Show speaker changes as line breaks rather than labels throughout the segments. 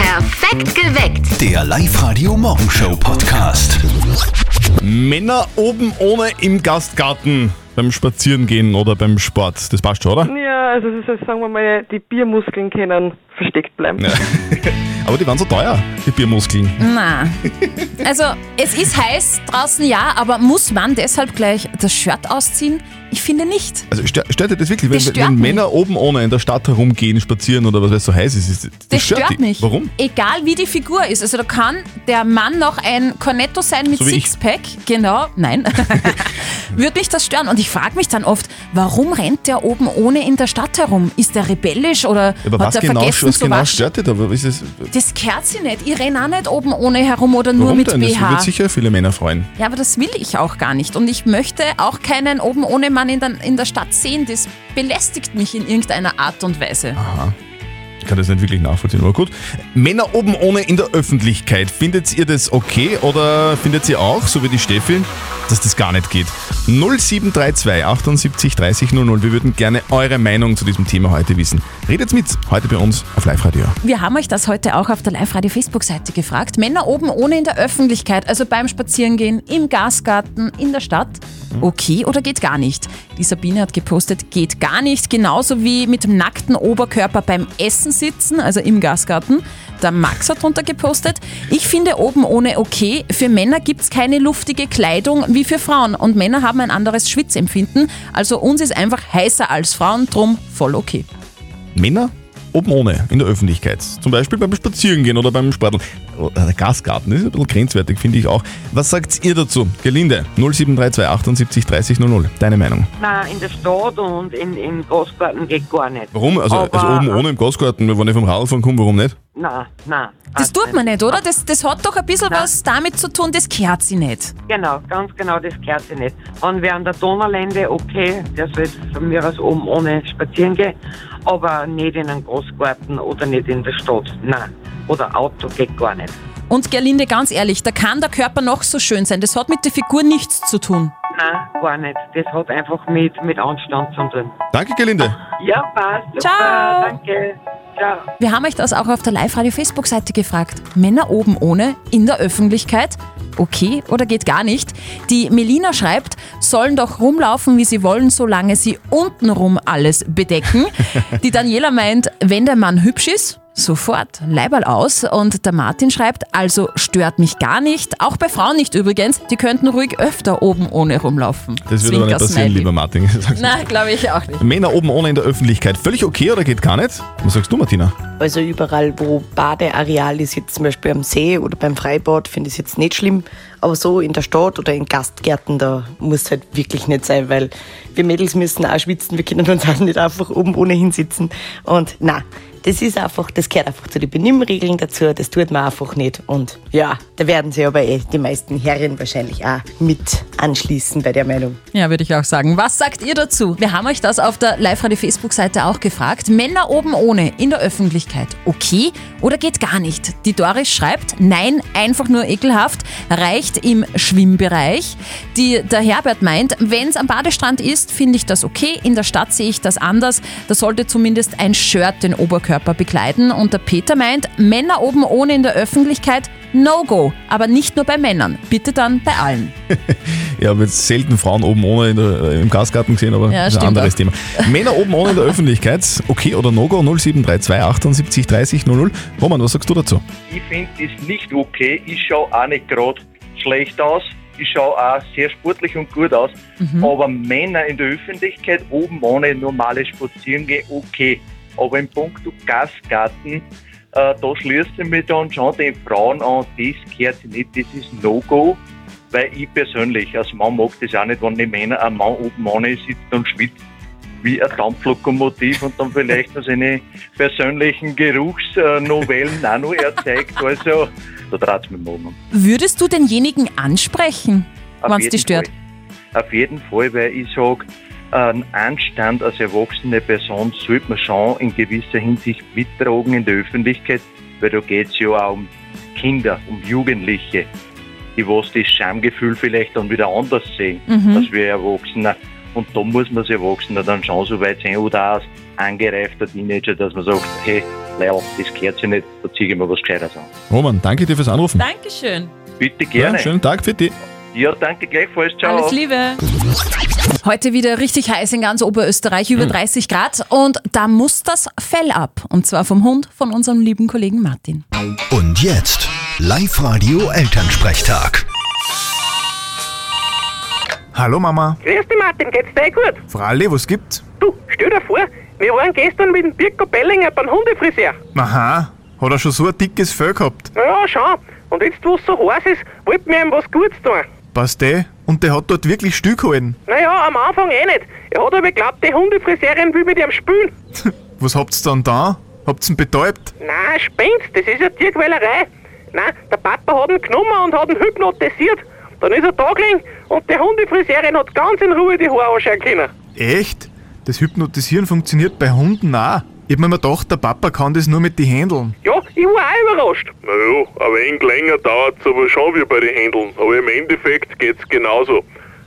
Perfekt geweckt.
Der Live-Radio Morgenshow Podcast.
Männer oben ohne im Gastgarten beim Spazierengehen oder beim Sport. Das passt schon,
Mhm.
oder?
Ja, also es ist, jetzt, sagen wir mal, die Biermuskeln können versteckt bleiben.
Ja. Aber die waren so teuer, die Biermuskeln.
Na. Also, es ist heiß draußen, ja, aber muss man deshalb gleich das Shirt ausziehen? Ich finde nicht.
Also stört, stört dir das wirklich, wenn,
Das stört
wenn
mich.
Männer oben ohne in der Stadt herumgehen, spazieren oder was weiß so heiß ist, ist das,
Das stört
dich.
mich.
Warum?
Egal wie die Figur ist. Also, da kann der Mann noch ein Cornetto sein mit
So wie ich.
Sixpack. Genau, nein. Würde mich das stören. Und ich frage mich dann oft, warum rennt der oben ohne in der Stadt herum? Ist der rebellisch oder
Aber
hat
was
er
genau,
vergessen
was
zu
genau
waschen?
stört dich da? Ist es,
Das kehrt sie nicht. Ich renne auch nicht oben ohne herum oder nur
warum
mit
denn? Das
BH.
wird sicher viele Männer freuen.
Ja, aber das will ich auch gar nicht. Und ich möchte auch keinen oben ohne Mann in der, in der Stadt sehen. Das belästigt mich in irgendeiner Art und Weise.
Ich kann das nicht wirklich nachvollziehen, aber gut. Männer oben ohne in der Öffentlichkeit. Findet ihr das okay oder findet ihr auch, so wie die Steffi, dass das gar nicht geht? 0732 78 30 00. Wir würden gerne eure Meinung zu diesem Thema heute wissen. Redet mit heute bei uns auf Live Radio.
Wir haben euch das heute auch auf der Live-Radio-Facebook-Seite gefragt. Männer oben ohne in der Öffentlichkeit, also beim Spazierengehen, im Gasgarten, in der Stadt. Okay oder geht gar nicht? Die Sabine hat gepostet, geht gar nicht. Genauso wie mit dem nackten Oberkörper beim Essen sitzen, also im Gasgarten. Der Max hat drunter gepostet, ich finde oben ohne okay. Für Männer gibt es keine luftige Kleidung wie für Frauen. Und Männer haben ein anderes Schwitzempfinden. Also uns ist einfach heißer als Frauen, drum voll okay.
Männer oben ohne in der Öffentlichkeit. Zum Beispiel beim Spazierengehen oder beim Sporteln. Oh, Der Gasgarten ist ein bisschen grenzwertig, finde ich auch. Was sagt ihr dazu? Gelinde, 0732 78 30 00. Deine Meinung.
Nein, in der Stadt und in, in Gastgarten geht gar nicht.
Warum? Also,
Aber-
also oben ohne im Gasgarten, wenn ich vom Radfahren komme, warum nicht?
Nein, nein. also
Das
passt
tut man nicht, oder? Das, das hat doch ein bisschen was damit zu tun, das kehrt sie nicht.
Genau, ganz genau, das gehört sich nicht. Und wer an der Donaulände, okay, der soll von mir aus oben ohne spazieren gehen, aber nicht in einen Großgarten oder nicht in der Stadt. Nein. Oder Auto geht gar nicht.
Und Gerlinde, ganz ehrlich, da kann der Körper noch so schön sein. Das hat mit der Figur nichts zu tun.
Nein, gar nicht. Das hat einfach mit, mit Anstand zu tun.
Danke, Gelinde.
Ja, passt. Super,
Ciao.
Danke. Ciao.
Wir haben euch das auch auf der Live-Radio-Facebook-Seite gefragt. Männer oben ohne in der Öffentlichkeit? Okay oder geht gar nicht? Die Melina schreibt, sollen doch rumlaufen, wie sie wollen, solange sie untenrum alles bedecken. Die Daniela meint, wenn der Mann hübsch ist, sofort, Leiberl aus. Und der Martin schreibt, also stört mich gar nicht. Auch bei Frauen nicht übrigens, die könnten ruhig öfter oben ohne rumlaufen.
Das würde aber nicht passieren,
Zwinker-Smiley.
lieber Martin. Sag's
Na, glaube ich auch nicht.
mir. Männer oben ohne in der Öffentlichkeit. Völlig okay oder geht gar nicht? Was sagst du, Martina?
Also überall, wo Badeareal ist, jetzt zum Beispiel am See oder beim Freibad, finde ich es jetzt nicht schlimm. Aber so in der Stadt oder in Gastgärten, da muss es halt wirklich nicht sein, weil wir Mädels müssen auch schwitzen, wir können uns auch nicht einfach oben ohnehin sitzen. Und na, das ist einfach, das gehört einfach zu den Benimmregeln dazu, das tut man einfach nicht. Und ja, da werden sie aber eh die meisten Herren wahrscheinlich auch mit anschließen bei der Meinung.
Ja, würde ich auch sagen. Was sagt ihr dazu? Wir haben euch das auf der Live-Radio-Facebook-Seite auch gefragt. Männer oben ohne in der Öffentlichkeit. Okay oder geht gar nicht? Die Doris schreibt, nein, einfach nur ekelhaft, reicht im Schwimmbereich. Die, der Herbert meint, wenn es am Badestrand ist, finde ich das okay. In der Stadt sehe ich das anders. Da sollte zumindest ein Shirt den Oberkörper bekleiden. Und der Peter meint, Männer oben ohne in der Öffentlichkeit, no go. Aber nicht nur bei Männern. Bitte dann bei allen.
Ich habe jetzt selten Frauen oben ohne in der, äh, im Gasgarten gesehen, aber
Ja,
das ist ein
stimmt
anderes
auch.
Thema. Männer oben ohne in der Öffentlichkeit, okay oder no-go 0732 78 30 00. Roman, was sagst du dazu?
Ich finde das nicht okay. Ich schaue auch nicht gerade schlecht aus. Ich schaue auch sehr sportlich und gut aus. Aber Männer in der Öffentlichkeit oben ohne normale Spazieren gehen, okay. Aber im Punkt Gasgarten, äh, da schließt ich mich dann schon den Frauen an. Das gehört nicht, das ist No-Go. Weil ich persönlich als Mann mag das auch nicht, wenn die Männer ein Mann oben ohne sitzt und schwitzt wie ein Dampflokomotiv und dann vielleicht noch seine persönlichen Geruchsnovellen auch noch erzeigt. Also, da trat es mir morgen um.
Würdest du denjenigen ansprechen,
Auf
wenn es
jeden
dich stört?
Fall. Auf jeden Fall, weil ich sage, einen Anstand als erwachsene Person sollte man schon in gewisser Hinsicht mittragen in der Öffentlichkeit, weil da geht es ja auch um Kinder, um Jugendliche, die was das Schamgefühl vielleicht dann wieder anders sehen,
Mhm.
als wir Erwachsene. Und da muss man als Erwachsener dann schon so weit sein oder auch als angereifter Teenager, dass man sagt, hey, Nein, das gehört sich nicht, da ziehe ich mir was Gescheites an.
Roman, danke dir fürs Anrufen.
Dankeschön.
Bitte gerne.
Ja, schönen Tag für dich.
Ja, danke gleichfalls. Ciao.
Alles Liebe. Heute wieder richtig heiß in ganz Oberösterreich,
Hm.
über 30 Grad. Und da muss das Fell ab. Und zwar vom Hund von unserem lieben Kollegen Martin.
Und jetzt Live-Radio Elternsprechtag.
Hallo Mama.
Grüß dich Martin, geht's dir eh gut?
Fralli, was gibt's?
Du, stell dir vor, wir waren gestern mit dem Birko Bellinger beim Hundefriseur.
Aha, hat er schon so ein dickes Fell gehabt.
Na Ja, schon. Und jetzt, wo es so heiß ist, wollten wir ihm was Gutes tun.
Passt eh. Und der hat dort wirklich Stück gehalten.
Naja, am Anfang eh nicht. Er hat aber geglaubt, die Hundefriseurin will mit ihm spielen.
Was habt's dann da? Habt's ihn betäubt?
Nein, spinnst, das ist ja Tierquälerei. Nein, der Papa hat ihn genommen und hat ihn hypnotisiert. Dann ist er da gelegen und die Hundefriseurin hat ganz in Ruhe die Haare anschauen können.
Echt? Das Hypnotisieren funktioniert bei Hunden auch. Ich hab mir gedacht, der Papa kann das nur mit den Händeln.
Ja, ich war auch überrascht.
Naja, ein wenig länger dauert es aber schon wie bei den Händeln. Aber im Endeffekt geht's genauso.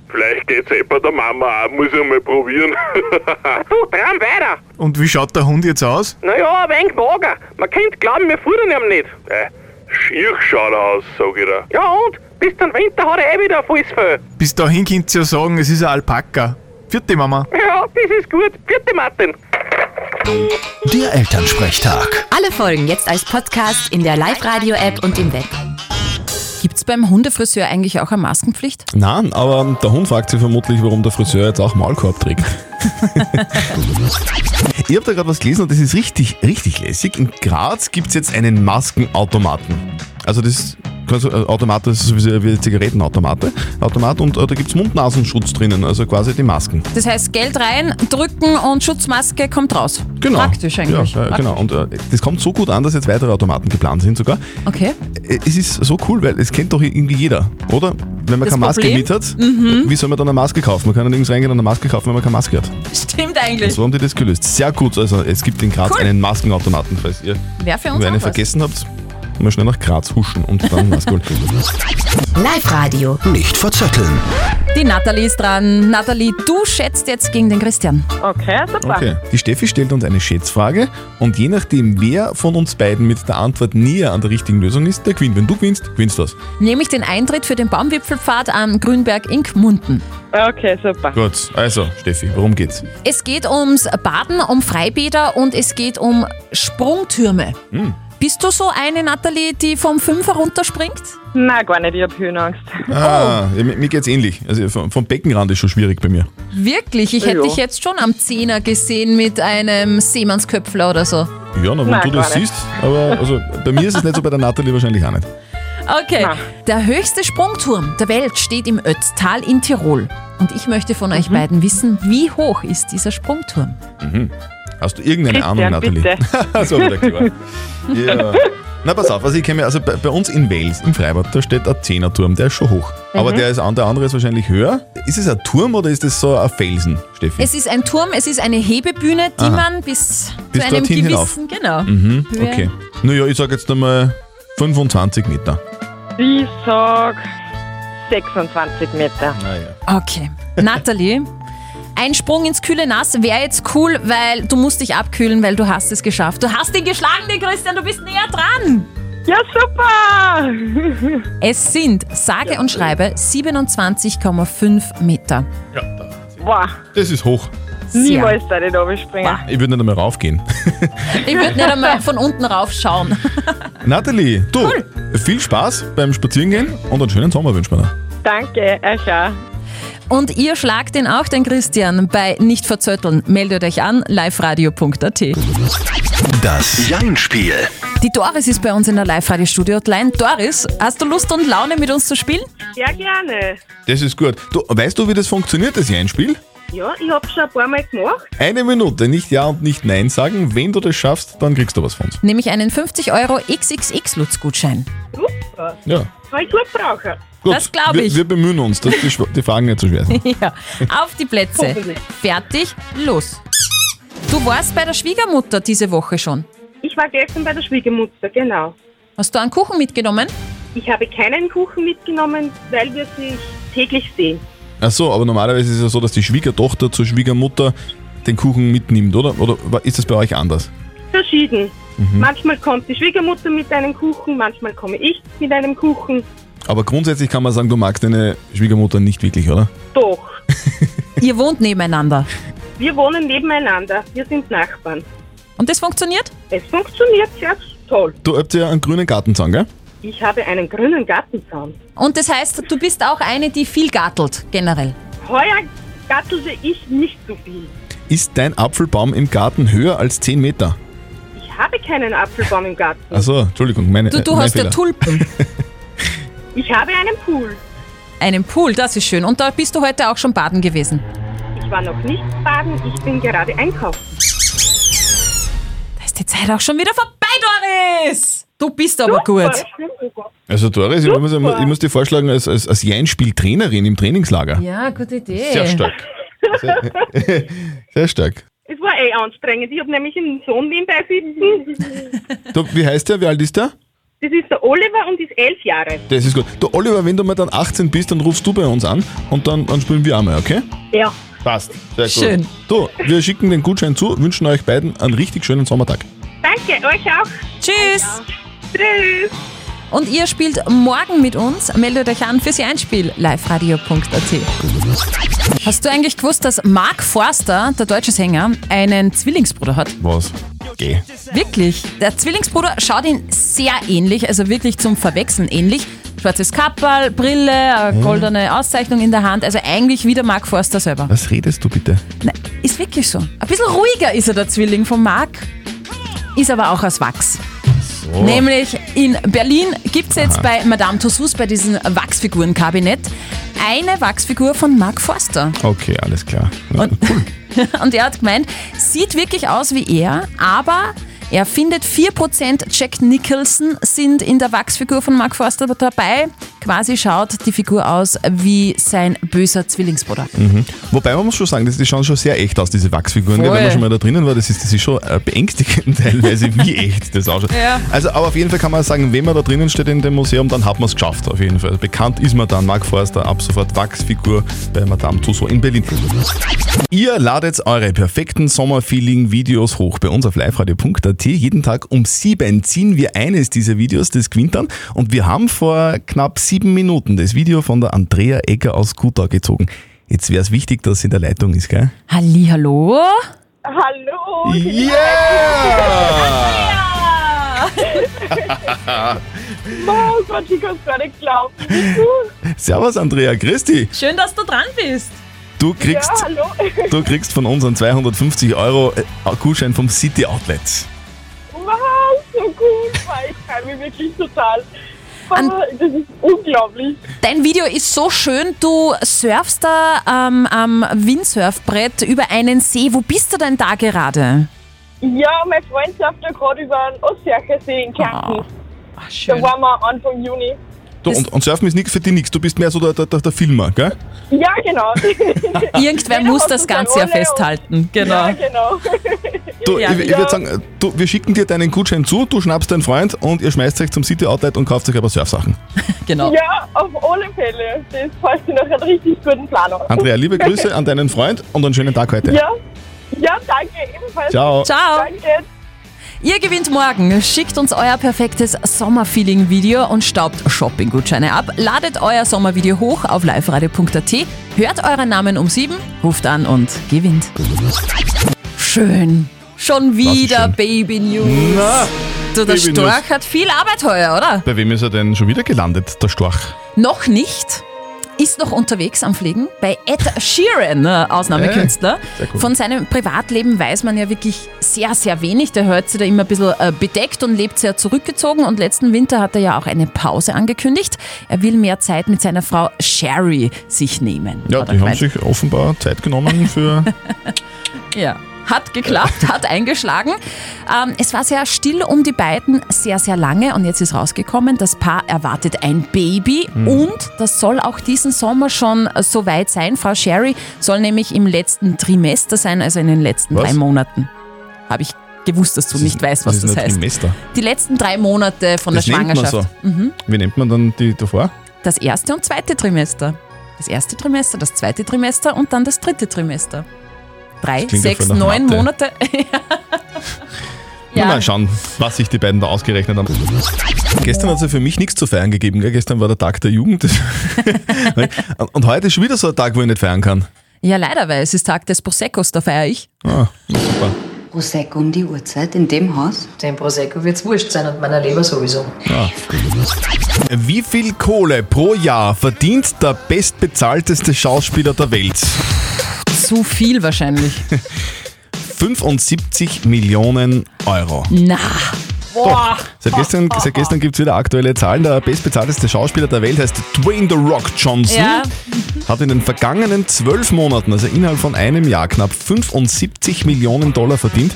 Vielleicht geht's eh bei der Mama auch, muss ich mal probieren.
Du, dran weiter.
Und wie schaut der Hund jetzt aus?
Naja, ein wenig mager. Man könnte glauben, wir fuhren ihm nicht.
Äh, Schier schaut er aus, sag ich dir.
Ja und? Bis zum Winter hat er eh wieder volles Fell.
Bis dahin könnt ihr ja sagen, es ist ein Alpaka. Vierte Mama.
Ja, das ist gut. Vierte Martin.
Der Elternsprechtag.
Alle Folgen jetzt als Podcast in der Live-Radio-App und im Web.
Gibt's beim Hundefriseur eigentlich auch eine Maskenpflicht?
Nein, aber der Hund fragt sich vermutlich, warum der Friseur jetzt auch Maulkorb trägt. ich habe da gerade was gelesen und das ist richtig, richtig lässig. In Graz gibt es jetzt einen Maskenautomaten. Also das kannst du- äh, Automat das ist sowieso wie ein Zigarettenautomate. Automat und äh, da gibt es Mund-Nasenschutz drinnen, also quasi die Masken.
Das heißt, Geld rein, drücken und Schutzmaske kommt raus.
Genau.
Praktisch eigentlich.
Ja, äh, genau. Und äh, das kommt so gut an, dass jetzt weitere Automaten geplant sind sogar.
Okay.
Äh, Es ist so cool, weil es kennt doch irgendwie jeder, oder? Wenn man
Das
keine Maske
Problem? Mhm.
mit hat, wie soll man dann eine Maske kaufen? Man kann ja nirgends reingehen und eine Maske kaufen, wenn man keine Maske hat.
Stimmt eigentlich.
So haben die das gelöst. Sehr gut. Also es gibt in Graz
Cool.
einen Maskenautomaten, falls ihr
Wer für uns
eine
auch was.
vergessen habt. Mal schnell nach Graz huschen und dann Maske holen.
Live-Radio.
Nicht verzetteln.
Die Nathalie ist dran. Nathalie, du schätzt jetzt gegen den Christian.
Okay, super.
Okay. Die Steffi stellt uns eine Schätzfrage und je nachdem, wer von uns beiden mit der Antwort näher an der richtigen Lösung ist, der gewinnt. Wenn du gewinnst, gewinnst du was.
Nämlich den Eintritt für den Baumwipfelpfad am Grünberg in Gmunden.
Okay, super.
Gut, also Steffi, worum geht's?
Es geht ums Baden, um Freibäder und es geht um Sprungtürme. Bist du so eine, Nathalie, die vom Fünfer runterspringt?
Nein, gar nicht, ich hab Höhenangst.
Oh.
Ah, ja, mir mir geht's ähnlich. Also vom, vom Beckenrand ist schon schwierig bei mir.
Wirklich, ich hätte
Ja.
dich jetzt schon am Zehner gesehen mit einem Seemannsköpfler oder so.
Ja, na, wenn
Nein,
du das
gar nicht.
siehst, aber also, bei mir ist es nicht so, bei der Natalie wahrscheinlich auch nicht.
Okay.
Na.
Der höchste Sprungturm der Welt steht im Ötztal in Tirol. Und ich möchte von euch beiden wissen, wie hoch ist dieser Sprungturm?
Hast du irgendeine Ahnung,
Christian,
Nathalie? so wieder klar. Ja. Na, pass auf, also ich kenne mir, also bei, bei uns in Wales, im Freibad, da steht ein Zehnerturm, der ist schon hoch. Aber
Mhm.
der, ist, an- der andere ist wahrscheinlich höher. Ist es ein Turm oder ist es so ein Felsen, Steffi?
Es ist ein Turm, es ist eine Hebebühne, die man bis,
Bis
zu einem
dorthin
gewissen,
hinauf.
genau.
mhm,
Höhe.
okay. Naja, ich sage jetzt einmal 25 Meter.
Ich sag 26 Meter.
Naja.
Okay. Nathalie, ein Sprung ins kühle Nass wäre jetzt cool, weil du musst dich abkühlen, weil du hast es geschafft. Du hast ihn geschlagen, den Christian, du bist näher dran.
Ja, super!
Es sind, sage und schreibe, 27,5 Meter.
Wow,
Das ist hoch.
Sehr.
niemals da nicht oben springen.
Ich würde nicht einmal raufgehen.
Ich würde nicht einmal von unten raufschauen.
Nathalie, du, viel Spaß beim Spazierengehen und einen schönen Sommer wünschen wir dir.
Danke, euch auch.
Und ihr schlagt den auch, den Christian, bei Nicht verzötteln. Meldet euch an, liveradio.at.
Das Jein-Spiel.
Die Doris ist bei uns in der Live-Radio-Studio-Hotline. Doris, hast du Lust und Laune mit uns zu spielen?
Ja, gerne.
Das ist gut. Du, weißt du, wie das funktioniert, das Jein-Spiel?
Ja, ich hab's schon ein paar Mal gemacht.
Eine Minute, nicht Ja und nicht Nein sagen. Wenn du das schaffst, dann kriegst du was von uns.
Nämlich einen 50 Euro XXX-Lutz-Gutschein.
Super.
Ja.
Kann ich gut brauchen.
Gut,
Das glaub ich.
Wir, wir bemühen uns, dass die, Schw- die Fragen nicht so schwer sind.
Ja, auf die Plätze. Fertig, los. Du warst bei der Schwiegermutter diese Woche schon.
Ich war gestern bei der Schwiegermutter, genau.
Hast du einen Kuchen mitgenommen?
Ich habe keinen Kuchen mitgenommen, weil wir sich täglich sehen.
Ach so, aber normalerweise ist es ja so, dass die Schwiegertochter zur Schwiegermutter den Kuchen mitnimmt, oder? Oder wa- ist das bei euch anders?
Verschieden.
Mhm.
Manchmal kommt die Schwiegermutter mit einem Kuchen, manchmal komme ich mit einem Kuchen.
Aber grundsätzlich kann man sagen, du magst deine Schwiegermutter nicht wirklich, oder?
Doch,
Ihr wohnt nebeneinander.
wir wohnen nebeneinander, wir sind Nachbarn.
Und das funktioniert?
Es funktioniert sehr toll.
Du habt ja einen grünen Gartenzaun, gell?
Ich habe einen grünen Gartenzaun.
Und das heißt, du bist auch eine, die viel gartelt, generell.
Heuer gattelte ich nicht so viel.
Ist dein Apfelbaum im Garten höher als 10 Meter?
Ich habe keinen Apfelbaum im Garten.
Achso, Entschuldigung, meine
Du,
äh,
du
mein
hast ja
Fehler.
Tulpen.
Ich habe einen Pool.
Einen Pool, das ist schön. Und da bist du heute auch schon baden gewesen.
Ich war noch nicht baden, ich bin gerade einkaufen.
Da ist die Zeit auch schon wieder vorbei, Doris! Du bist aber gut.
Also Doris, ich muss, ich muss dir vorschlagen, als, als, als Jeinspiel-Trainerin im Trainingslager.
Ja, gute Idee.
Sehr stark. Sehr, sehr stark.
Es war eh anstrengend. Ich habe nämlich einen Sohn nebenbei sitzen.
Du, wie heißt der? Wie alt ist der?
Das E- ist der Oliver und ist elf Jahre.
Das ist gut. Du Oliver, wenn du mal dann 18 bist, dann rufst du bei uns an und dann, dann spielen wir einmal, okay?
Ja.
Passt. Sehr gut.
Schön.
Du, wir schicken den Gutschein zu, wünschen euch beiden einen richtig schönen Sommertag.
Danke, euch auch.
Tschüss.
Tschüss.
Und ihr spielt morgen mit uns. Meldet euch an fürs Einspiel liveradio.at. Hast du eigentlich gewusst, dass Mark Forster, der deutsche Sänger, einen Zwillingsbruder hat?
Was? Geh.
Wirklich. Der Zwillingsbruder schaut ihn sehr ähnlich, also wirklich zum Verwechseln ähnlich. Schwarzes Kapperl, Brille, eine
Hä?
goldene Auszeichnung in der Hand, also eigentlich wie der Mark Forster selber.
Was redest du bitte?
Nein, ist wirklich so. Ein bisschen ruhiger ist er, der Zwilling von Mark, ist aber auch aus Wachs.
So.
Nämlich in Berlin gibt es jetzt
Aha.
bei Madame Tussauds, bei diesem Wachsfigurenkabinett, eine Wachsfigur von Mark Forster.
Okay, alles klar.
Und er hat gemeint, sieht wirklich aus wie er, aber er findet 4% Jack Nicholson sind in der Wachsfigur von Mark Forster dabei. Quasi schaut die Figur aus wie sein böser Zwillingsbruder.
Mhm. Wobei man muss schon sagen, das, die schauen schon sehr echt aus, diese Wachsfiguren. Gell,
Voll.
Wenn man schon mal da drinnen war, das ist, das ist schon äh, beängstigend teilweise, wie echt das ausschaut.
Ja.
Also, aber auf jeden Fall kann man sagen, wenn man da drinnen steht in dem Museum, dann hat man es geschafft, auf jeden Fall. Bekannt ist man dann, Mark Forster, ab sofort Wachsfigur bei Madame Tussauds in Berlin. Ihr ladet eure perfekten Sommerfeeling-Videos hoch bei uns auf liveradio.at. Jeden Tag um sieben ziehen wir eines dieser Videos, das gewinnt dann. Und wir haben vor knapp sieben Minuten das Video von der Andrea Egger aus Kuta gezogen. Jetzt wäre es wichtig, dass sie in der Leitung ist, gell?
Hallihallo?
Hallo. Oh Gott, ich kann es gar nicht glauben.
Servus Andrea, grüß dich.
Schön, dass du dran bist.
Du kriegst,
Ja, hallo.
du kriegst von uns einen 250 Euro äh, Gutschein vom City Outlet.
Wow, so gut. Ich freue mich wirklich total. Wow, das ist unglaublich.
Dein Video ist so schön, du surfst da ähm, am Windsurfbrett über einen See. Wo bist du denn da gerade?
Ja, mein Freund surft ja gerade über den Ossiachersee in Kärnten.
schön.
Da waren wir Anfang Juni.
Du, und, und Surfen ist nix für dich nichts, du bist mehr so der, der, der, der Filmer, gell?
Ja, genau.
Irgendwer
Jeder
muss
hat
das
so seine
Ganze
Rolle
ja
und-
festhalten, genau.
Ja, genau.
Du,
Ja.
ich, ich würde sagen, äh, du, wir schicken dir deinen Gutschein zu, du schnappst deinen Freund und ihr schmeißt euch zum City Outlet und kauft euch aber Surfsachen.
Genau.
Ja, auf alle Fälle. Das heißt, noch einen richtig guten Plan aus.
Andrea, liebe Grüße an deinen Freund und einen schönen Tag heute.
Ja, ja danke, ebenfalls.
Ciao.
Ciao.
Danke.
Ihr gewinnt morgen. Schickt uns euer perfektes Sommerfeeling-Video und staubt Shopping-Gutscheine ab. Ladet euer Sommervideo hoch auf liveradio.at, hört euren Namen um sieben, ruft an und gewinnt. Schön. Schon wieder Baby News.
Na,
du, der
Baby
Storch
News.
hat viel Arbeit heuer, oder?
Bei wem ist er denn schon wieder gelandet, der Storch?
Noch nicht. Ist noch unterwegs am Fliegen bei Ed Sheeran, äh, Ausnahmekünstler.
Hey, sehr gut.
Von seinem Privatleben weiß man ja wirklich sehr, sehr wenig. Der hört sich da immer ein bisschen äh, bedeckt und lebt sehr zurückgezogen. Und letzten Winter hat er ja auch eine Pause angekündigt. Er will mehr Zeit mit seiner Frau Sherry sich nehmen.
Ja,
hat er
die haben
gemeint.
sich offenbar Zeit genommen für.
Ja. Hat geklappt, hat eingeschlagen. Ähm, es war sehr still um die beiden, sehr, sehr lange. Und jetzt ist rausgekommen, das Paar erwartet ein Baby.
Mhm.
Und das soll auch diesen Sommer schon äh, so weit sein. Frau Sherry soll nämlich im letzten Trimester sein, also in den letzten
Was?
drei Monaten. Habe ich gewusst, dass du nicht weißt, was
ist
das
ein
heißt.
Trimester.
Die letzten drei Monate von
das
der
nennt man
Schwangerschaft.
so.
Mhm.
Wie nennt man dann die davor?
Das erste und zweite Trimester. Das erste Trimester, das zweite Trimester und dann das dritte Trimester. Drei,
Das klingt
sechs,
auf jeden Fall nach
neun
Mathe.
Monate.
Na,
Ja.
mal schauen, was sich die beiden da ausgerechnet haben. Gestern hat es ja für mich nichts zu feiern gegeben. Gell? Gestern war der Tag der Jugend. Und heute ist schon wieder so ein Tag, wo ich nicht feiern kann.
Ja, leider, weil es ist Tag des Proseccos, da feiere ich.
Ah, super.
Prosecco um die Uhrzeit in dem Haus? Dem Prosecco wird's wurscht sein und meiner Leber sowieso.
Ja. Wie viel Kohle pro Jahr verdient der bestbezahlteste Schauspieler der Welt?
Zu viel wahrscheinlich.
75 Millionen Euro.
Na.
Doch. Seit gestern, seit gestern gibt es wieder aktuelle Zahlen. Der bestbezahlteste Schauspieler der Welt heißt Dwayne The Rock Johnson.
Ja.
Hat in den vergangenen zwölf Monaten, also innerhalb von einem Jahr, knapp 75 Millionen Dollar verdient.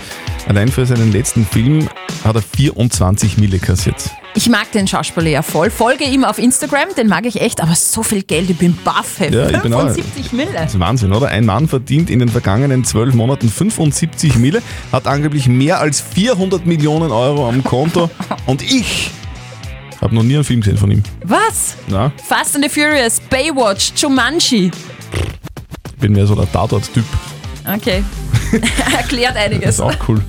Allein für seinen letzten Film hat er 24 Mille kassiert.
Ich mag den Schauspieler ja voll, folge ihm auf Instagram, den mag ich echt, aber so viel Geld, ich bin baff. hey.
Ja, ich bin auch-
75 Mille.
Das ist Wahnsinn, oder? Ein Mann verdient in den vergangenen zwölf Monaten 75 Mille, hat angeblich mehr als 400 Millionen Euro am Konto und ich habe noch nie einen Film gesehen von ihm.
Was?
Na,
Fast and the Furious, Baywatch, Jumanji.
ich bin mehr so der Tatort-Typ.
Okay. Erklärt
Das
einiges.
ist auch cool.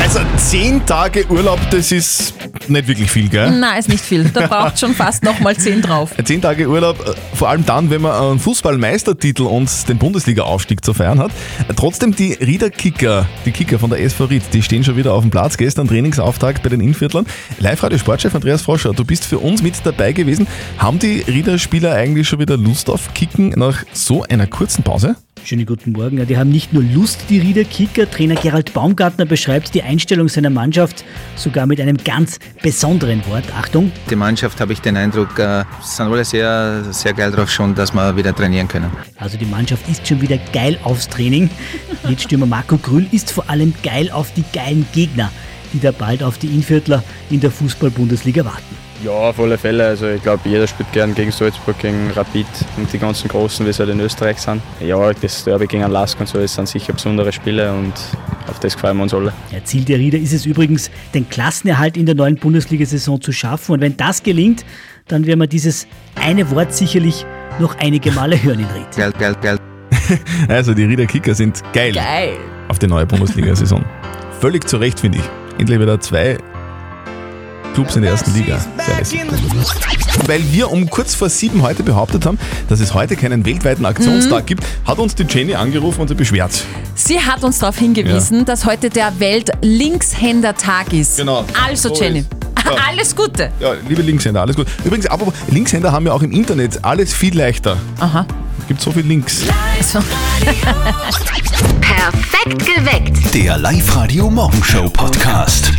Also 10 Tage Urlaub, das ist nicht wirklich viel, gell?
Nein, ist nicht viel. Da braucht schon fast nochmal 10 drauf.
10 Tage Urlaub, äh, vor allem dann, wenn man einen Fußballmeistertitel und den Bundesliga-Aufstieg zu feiern hat. Äh, Trotzdem, die Riederkicker, die Kicker von der SV Ried, die stehen schon wieder auf dem Platz. Gestern Trainingsauftakt bei den Innviertlern. Live-Radio-Sportchef Andreas Froscher, du bist für uns mit dabei gewesen. Haben die Rieder-Spieler eigentlich schon wieder Lust auf Kicken nach so einer kurzen Pause?
Schönen guten Morgen. Ja, die haben nicht nur Lust, die Rieder Kicker. Trainer Gerald Baumgartner beschreibt die Einstellung seiner Mannschaft sogar mit einem ganz besonderen Wort. Achtung.
Die Mannschaft, habe ich den Eindruck, äh, sind alle sehr, sehr geil drauf schon, dass wir wieder trainieren können.
Also die Mannschaft ist schon wieder geil aufs Training. Letztstürmer Marco Grün ist vor allem geil auf die geilen Gegner, die da bald auf die Innviertler in der Fußball-Bundesliga warten.
Ja, auf alle Fälle. Also ich glaube, jeder spielt gern gegen Salzburg, gegen Rapid und die ganzen Großen, wie sie halt in Österreich sind. Ja, das Derby gegen einen Lask und so, das sind sicher besondere Spiele und auf das freuen wir uns alle.
Ja, Ziel der Rieder ist es übrigens, den Klassenerhalt in der neuen Bundesliga-Saison zu schaffen. Und wenn das gelingt, dann werden wir dieses eine Wort sicherlich noch einige Male hören in Ried.
Geil, geil, geil.
Also die Rieder Kicker sind geil.
Geil.
Auf die neue Bundesliga-Saison. Völlig zu Recht, finde ich. Endlich wieder zwei Clubs in der ersten Liga. Sehr lässig. Weil wir um kurz vor sieben heute behauptet haben, dass es heute keinen weltweiten Aktionstag
Mhm.
gibt, hat uns die Jenny angerufen und sie beschwert.
Sie hat uns darauf hingewiesen, dass heute der Welt-Linkshänder-Tag ist.
Genau.
Also,
So
Jenny,
ist. Ja.
alles Gute.
Ja, liebe Linkshänder, alles gut. Übrigens, apropos, Linkshänder haben ja auch im Internet alles viel leichter.
Aha.
Es gibt so viel Links.
Also,
Perfekt geweckt.
Der Live-Radio Morgenshow Podcast.